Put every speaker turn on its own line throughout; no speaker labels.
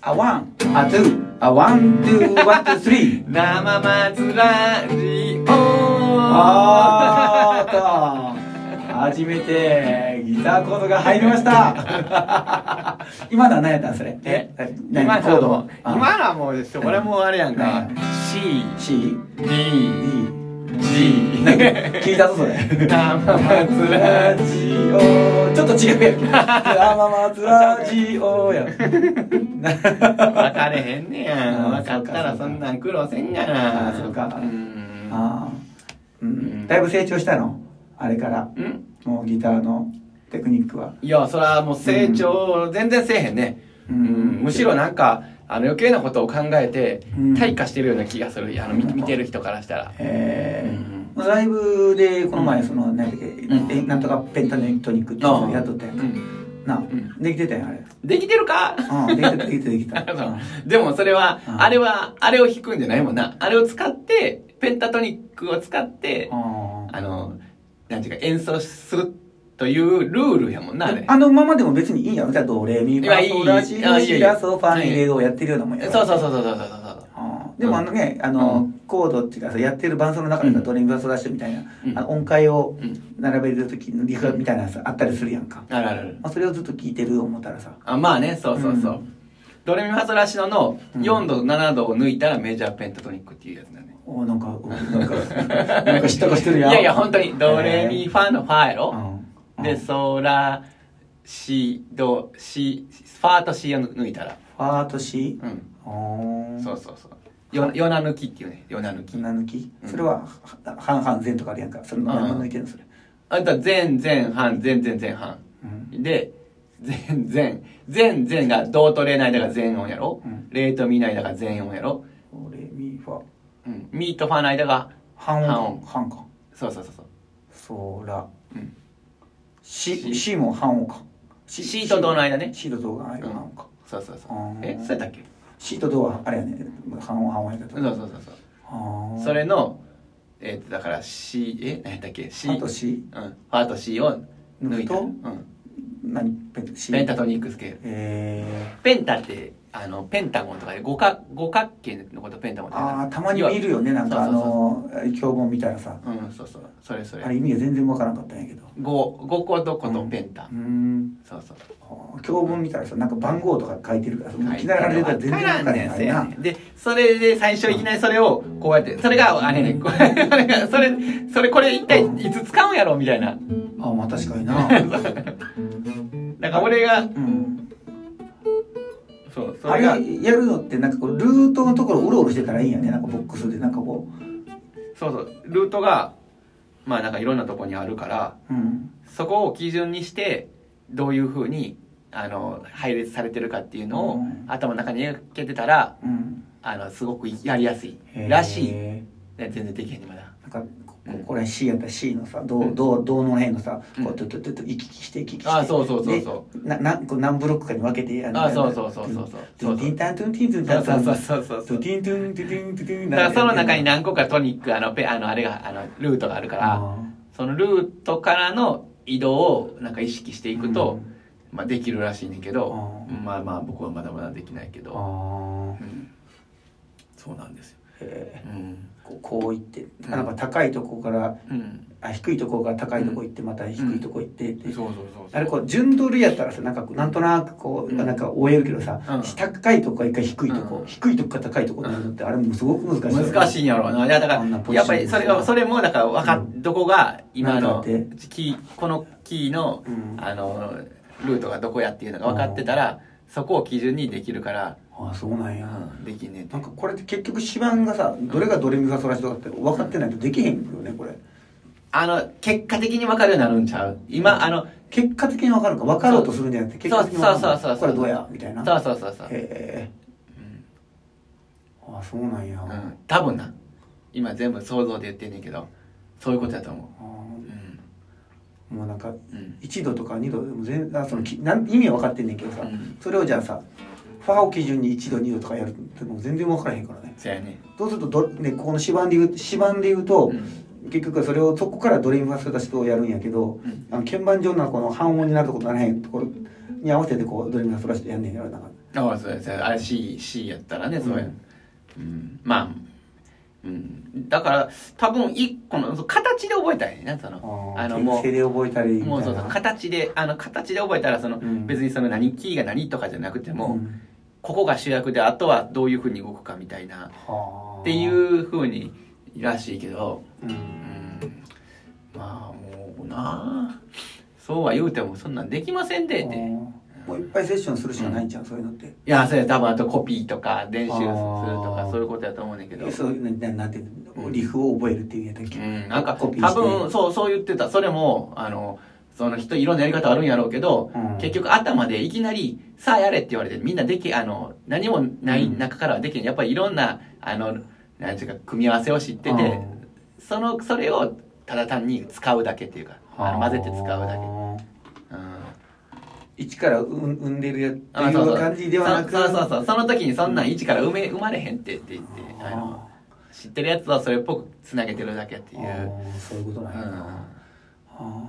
あワンあツーあワンツーワンツースリー
生松ラジオ
あーっと初めてギターコードが入りました今のは何やったんそれ
え
何
今
コ
ちょ
ー
っ
ド
と今の
あ
はもうですよこれもうあれやん
は
か
い
C
C
D
D
G
なんか聞いたぞそれ
生
マ
松
ツ
ラ
ラ
ジ
ジオちょっと違うやんけママツラジオや
オ分かれへんねやん
あ
分かった
そ
ら
うか
そんなん苦労せんがな
あそうか
ん
あー、う
うん
ん、だいぶ成長したのあれから
うん
もうギターのテクニックはい
やそれはもう成長全然せえへんね
う
うんむしろなんかあの余計なことを考えて
うん
退化してるような気がするあの見見てる人からしたら
え
うん
ーライブでこの前その何だっけ、えなんとかペンタネトニックっていうのをやっとったやんか、なあ
ん
できてたやんあれ
できてるか
うんできてたできてたできてた
そうでもそれは、
うん
あれは、あれを弾くんじゃないもんな。あれを使って、ペンタトニックを使って、
うん
あの、なんていうか演奏するというルールやもんな、あれ。
あのままでも別にいいんやろじゃあドレミファソラシ
いや
ド
いいいい
シラソファミレドをやってるようなもんやろ
そうそうそうそうそうそうそう。
うんでもあのね、あの、コードっていうかさ、やってる伴奏の中でさ、
うん
ドレミファソラシドみたいな、
うん
あの音階を
うん。
並べるときのリフみたいなさ、あったりするやんか。
あるあるある。
まあ、それをずっと聞いてる思ったらさ、
あまあね、そうそうそう。
うん
ドレミファソラシドの
うん
4度、7度を抜いたらメジャーペンタトニックっていうやつだね。
おなんか、おなんか、なんか知ったかしてる
い
やん。
やいや、本当に、ドレミファのファや
ァ
ろ。
うん。
で、
フ
ソラ、シ、ド、シ、ファとシを抜いたら。
ァーとシ
うん。
ー。おー
そうそうそう。よ、よな抜きっていうね。よな抜き。
な抜き
うん
それは、は半々前とかあるやんか。それの何抜いてんのそれ。
あとは前前半、前前前半。
うん。
で、前前、前前が同とれないだから前音やろ
うん。
レとミないだから前音やろ。
ドレミファ。
うん。ミとファないだが、
半
半
音
音
か。半か。
そうそうそうそう。
ソラ。
うん。
シ、
シ
シも半音か。
シとドの間ね
シとドが半音か。
そうそうそう
あ。ー
え、そうやったっけ
シとドは、あれやね。半音半音やけ
そう
ど。
そうそうそう。
あー
それの、えーとだから、シ、え、何やったっけシ。
ファとシ
うん。ファとシを抜
抜
い
く
た。う
と、
ん。
何ペンシ
ペンタトニックスケール。
え
ペンタってあのペンタゴンとかで五角五角形のことペンタゴ
ー、
ンって言う
あ
な
あたまに見るよねなんかあ
そうそうそう
の教本みたいなさ
うんそうそうそれそ
あれ
れ
意味が全然わからなかったんやけど
五五個どことペンタ、
うーん
そうそう
あー教本みたいなさなんか番号とか書いてるから
はい
きなりあれ出たら全然わ
わ
か
かららん
ない
ねん
な
せやねんでそれで最初いきなりそれをこうやってそれがあれねこう それがそれそれこれ一体いつ使うんやろみたいな
あーまあ確かにな
だから俺が
うん
そうそ
あ
れ
れ
が
やるのってなんかこうルートのところうろうろしてたらいいんやねなんかボックスでなんかこ
そうそうルートがまあなんかいろんなとこにあるから
ううん
そこを基準にしてどういうふうにあの配列されてるかっていうのを、
うん
頭の中に描けてたら
うん
あのすごくやりやすい
へー
らしいね全然できへんねまだ
なんかこここれ C やったら C のさどうどうどうの辺のさ
うん
こうトゥトゥトゥトゥ行き来して行き来して
あそうそうそうそう
ななこう何ブロックかに分けて
あそうそうそうそ
ト
うそうそ
ゥ
う
ンティンタントゥンティントゥンタ
そ
ン
う
トゥ
そ
ン
う
ト
そ
ゥ
う
ント
そうそう
ゥンティントゥントゥンティントゥントゥン
だからその中に何個かトニックあのペあのあれがあのルートがあるからそのルートからの移動をなんか意識していくと、まあ、できるらしいねんけど
うん
まあまあ僕はまだまだできないけ
あ
ど、
ー
うんそうなんですよ、
へ
うん
ーこうこう行ってなんか高いとこから
うん、
あ低いとこから高いとこ行ってまた低いとこ行ってって
そうそうそう
あれこう順取りやったらさなんかこうなんとなくこう
うん
なんか追えるけどさ、
うん
高いとこから一回低いとこ、
うん
低いとこから高いとこになるのってあれもすごく難しいよね、
難しいんやろうな。いやだか
あんなポ
ら、
ジ
やっ
ショ
ぱ
ン
りそれが、それもだから、わか
う
っ、どこが今の
なんか
キー、このキーの、
うん、あ
あの、ルートがどこやっていうのが分かってたら、そこを基準にできるから、
あそうなんや、
うんできんねんて
なんかこれって結局指板がさどれがドレミファソラシドかって分かってないとできへんよねこれ
あの、結果的に分かるようになるんちゃう今、あの、
結果的に分かるか分かろうとするんじゃなくて結果的に分かる
そうそうそうそう
これどうやみたいな
そうそうそうそ
へ
う。
えあそうなんや、
う
あ
ん。多分な。今全部想像で言ってんねんけど、そういうことやと思う。う
ー
ん。
もうなんか
うん。
1度とか2度でも全然あそのきなん意味は分かってんねんけどさ、
うん
それをじゃあさファを基準に1度2度とかやるってもう全然分からへんからね
そやね。
そうするとど、ね、ここの指板で言う指板で言うと、
うん
結局はそれをそこからドリームファストシドをやるんやけど、
うん
あの鍵盤上のこの半音になるとこならへんところに合わせてこうドリームファストシドやんねんやろなんか
ああそうですねあれ C, C やったらねそうや、うん、まあ、うん、だから多分一個のそう形で覚えたらいいねそのあのも
手
う
で覚えたりみたいな
もうそうそう形であの形で覚えたらその、
うん
別にその何キーが何とかじゃなくても、
うん
ここが主役であとはどういうふうに動くかみたいな
はあ
ってい、うふうにらしいけど
うん
うんまあもうなあそうは言うてもそんなんできませんでって。
あーもういっぱいセッションするしかないんじゃん、そういうのって。
いや、それ多分あとコピーとか練習す
あ
るとか
ー
そういうことやと思うねんだけど。
そういうのななんていうのリフを覚えるっていうやつだっけ、
うん、なんか多
コピーして
分そうそう言ってたそれもあのその人いろんなやり方あるんやろうけど、
うん
結局頭でいきなり「さあやれ」って言われてみんなできあの何もない
うん
中からはできないやっぱりいろんなあのなんていうか組み合わせを知っててそのそれをただ単に使うだけっていうかあの混ぜて使うだけ。うん
一からう生んでるやって
あ
い
そうそう
う感じではなく
そそうそうそうその時にそんなん一から埋め生まれへんってって言ってあの知ってるやつはそれっぽくつなげてるだけってい
あ
う、
ーそういうこと
う
なんやな、
ん、
あ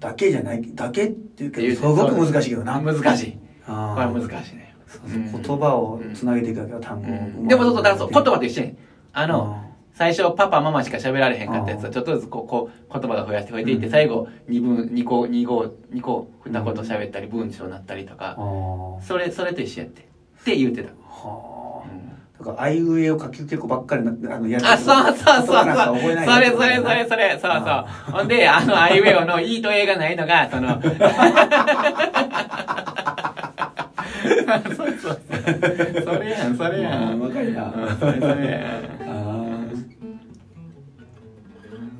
ーだけじゃないだけっていう
ってい
け
う
どすごく難しいけどな
難しい
あ
これ
ー
は難しいね
そうそう言葉をつなげていくわけよ単
う
語を、
んでもそうそうだからそう言葉と一緒にあ
あ
の最初パパママしか喋られへんかったやつ
う
を
ん
ちょっとずつこうこう言葉が増やして増えていって
うん
最後2分2個2個2個二言喋ったり文章になったりと
あ
か
ー
それそれと一緒やってって言ってた、
はあ
うん
だからあいうえを書き受け子ばっかりなあのやる
あ、そうそうそう
言葉なんか覚えない
そう。それそれそれそれ、そう
あ
そう。ほんで、あの、アイウェオのいいと映画ないのが、そ の、そうそうそう。それやん、それやん。
うんわかるな
うんそれそれやん。
あー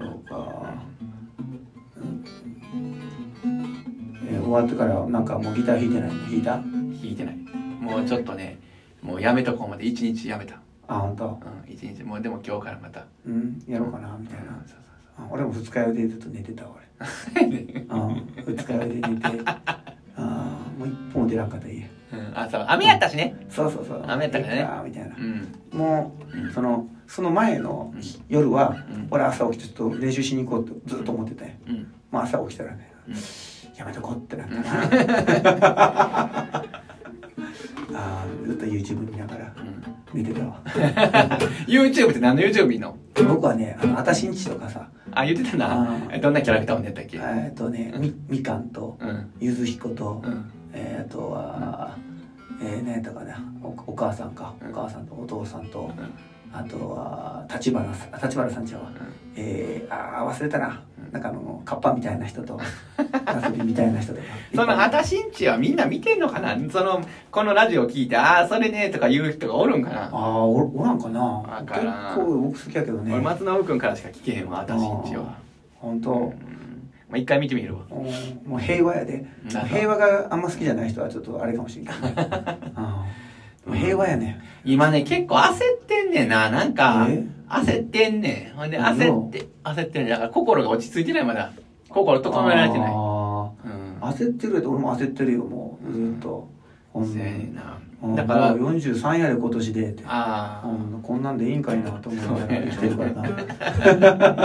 そうか、うんえー終わってからなんかもうギター弾いてないの弾いた
弾いてない。もうちょっとね、もうやめとこうまで、一日やめた。
あ本当。
うん、一日。もうでも今日からまた。
うんやろうかなみたい
うん
な
そうそ
あ俺も二日酔いでずっと寝てた俺
うそう。
うん二日酔いで寝てああもう一本も出なかった家
うん、あ、そう。雨やったしね。
そうそうそう
雨やったからね
いいみたいな
うん。
も
うん
うそのその前の
うん
夜は
うん
俺朝起きてちょっと練習しに行こうとずっと思ってたよ
うん。
まあ朝起きたらね、
うん
やめとこうってなったな あーずっと YouTube 見ながら
うん。
見てたわ
YouTube って何の YouTube 見んの
僕はねあのあたしんちとかさ
あ、言ってたな
あ。ー
えどんなキャラクターをねったっ
え
け
ーっとねみみかんと
うん。
ゆずひこと、
うん。
えーあとは、えー、何やったかなおお母さんか、
うん
お母さんとお父さんと
うん
あとは立花さんあ立花さんちゃうわえー、あー忘れたな、
うん
なんかあのカッパみたいな人と遊びみたいな人とか
その、あたしんちはみんな見てんのかなその、このラジオ聞いて、ああ、それね、とか言う人がおるんかな、
ああおおらんかな
わからん
結構僕好きやけど
俺、
ね
松信くんからしか聞けへんわ、あたしんちは。
本
うん
当、
まあ、一回見てみるわ。
おもう平和やで
うん
平和があんま好きじゃない人はちょっとあれかもしれんけど ねあーもう平和やね
今ね、結構焦ってんねんな、なんか
え。
焦ってんねん。ほんで、
何
焦
を
って、焦ってんねん。だから心が落ち着いてない、まだ。心整えられてない。
あ
う
ー
ん。
焦ってるやつ俺も焦ってるよもうずっと、ほん
せ
ま
やね
に
んな
うん、
だか
も
ら、
う43やで今年でって
ああ。
うんこんなんでいいんかいなと思いながら生きてるからなう
うん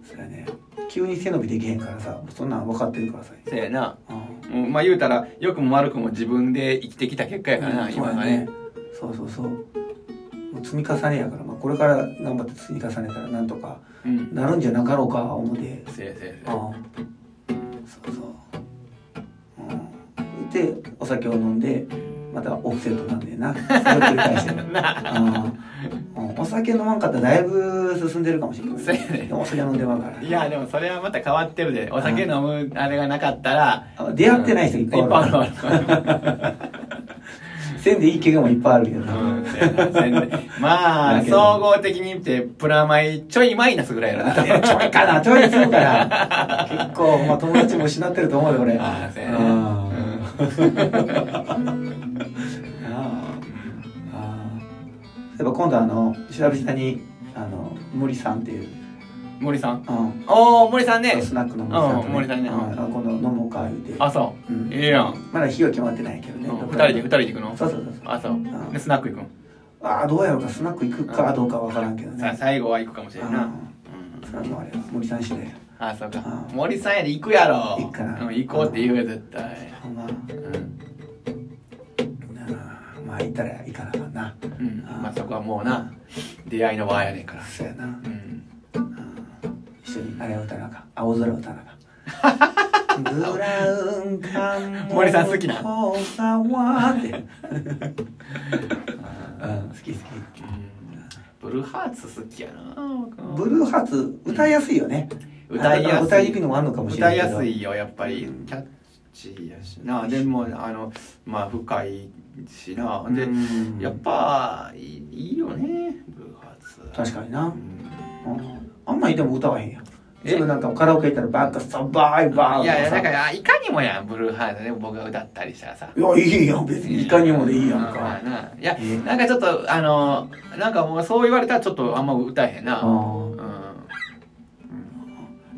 んそれね急に背伸びできへんからさそんなん分かってるからさ、
せやな。
うん
うんまあ言うたら、良くも悪くも自分で生きてきた結果やからな、
うん
今がね。
そうそうそうもう積み重ねやから、まあ、これから頑張って積み重ねたらなんとか
うん。
なるんじゃなかろうか思って
せやせや
あ
せや。
そうそう、うん、でお酒を飲んでまたオフセットなんだよ なそれを繰り返してるうんうんお酒飲まんかったらだいぶ進んでるかもしれない
せやね
でもお酒飲んでまうから
いや、でもそれはまた変わってるで。お酒飲むあれがなかったら。
あ出会ってない人いっぱい
い
お
っ
る
ぱいある。
せんでいい怪我もいっぱいあるけど
う
な、
んせやなせ んでまあ、
だけど
総合的に見て、プラマイ、ちょいマイナスぐらいやろな。
いやちょいかなちょいするから 結構、まあ、友達も失ってると思うよ俺
ああ、せや
う
ね
ん
うん
ああああやっぱ今度あの調べ下にあの森さんっていう、
森さん
うん、
おー、森さんね。
スナックの
うん森さん
う
ね
んあ今度飲もうか言うて
あ、そ
うん
う。ええやん。
まだ日は決まってないけど
うん
ね
二人で、二人で行くの
そうそうそうそう
あ、そう。でスナック行く
ああどうやろうかスナック行くかどうかわからんけど
のさ
ね
最後は行くかもしれん
う。
なんうん
それはもうあれ森さん次第
あそうか
あ
森さんやで行くやろ
行くかな
うん行こうって言うよ絶対
ほんま
うん、
なあまあ行ったら行かなあかんな
うん、まあそこはもうな出会いの場やねんから
そうやな
うん
一緒にあれを歌わなあかん青空を歌わなあかんブラウン管も
森さん好きな
交差はってうん好き好
うんブルーハーツ好きやな
きブルーハーツ歌いやすいよね、
歌いやすい
歌いにくいのもあるのかもしれないけど
歌いやすいよやっぱりキャッチーやしなでもあのまあ深いしなで、
うん
やっぱいいいいよねブルーハー
確
ツ
かにな
う、ん
うんあんまりでも歌わへんやん
え
すぐなんかカラオケ行ったらバッカサバイバー
いやいやだか
い
らあいかにもやんブルーハーツでも僕が歌ったりしたらさ
やいいやん別にいかにもでいいやん
まあ
か
ないや
え
なんかちょっとあのなんかもうそう言われたらちょっとあんま歌えへん
あ
な
ー
う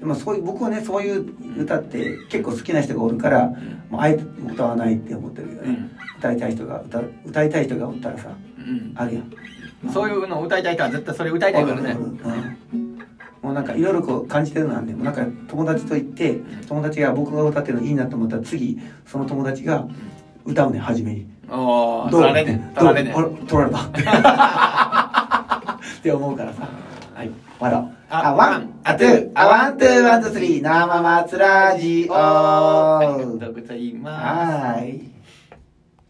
でもそういう僕はねそういう歌って結構好きな人がおるからもうあえて歌わないって思ってるけど
んう
ね、
ん
歌いたい人が歌歌いたい人がおったらさ
うん
あるやん
そういうのを歌いたい人は絶対それ歌いたいからね
うんもうなんかいろいろこう感じてるのなんでもうなんか友達と行って友達が僕が歌ってるのいいなと思ったら次その友達が歌うねん初めに
おお
どう
取られねん取られねん
どうあ取られた って思うからさはい笑おう
あ
あワンあトゥーあワントゥーワントゥースリー生松ラジオ
ありがとうございます。
はーい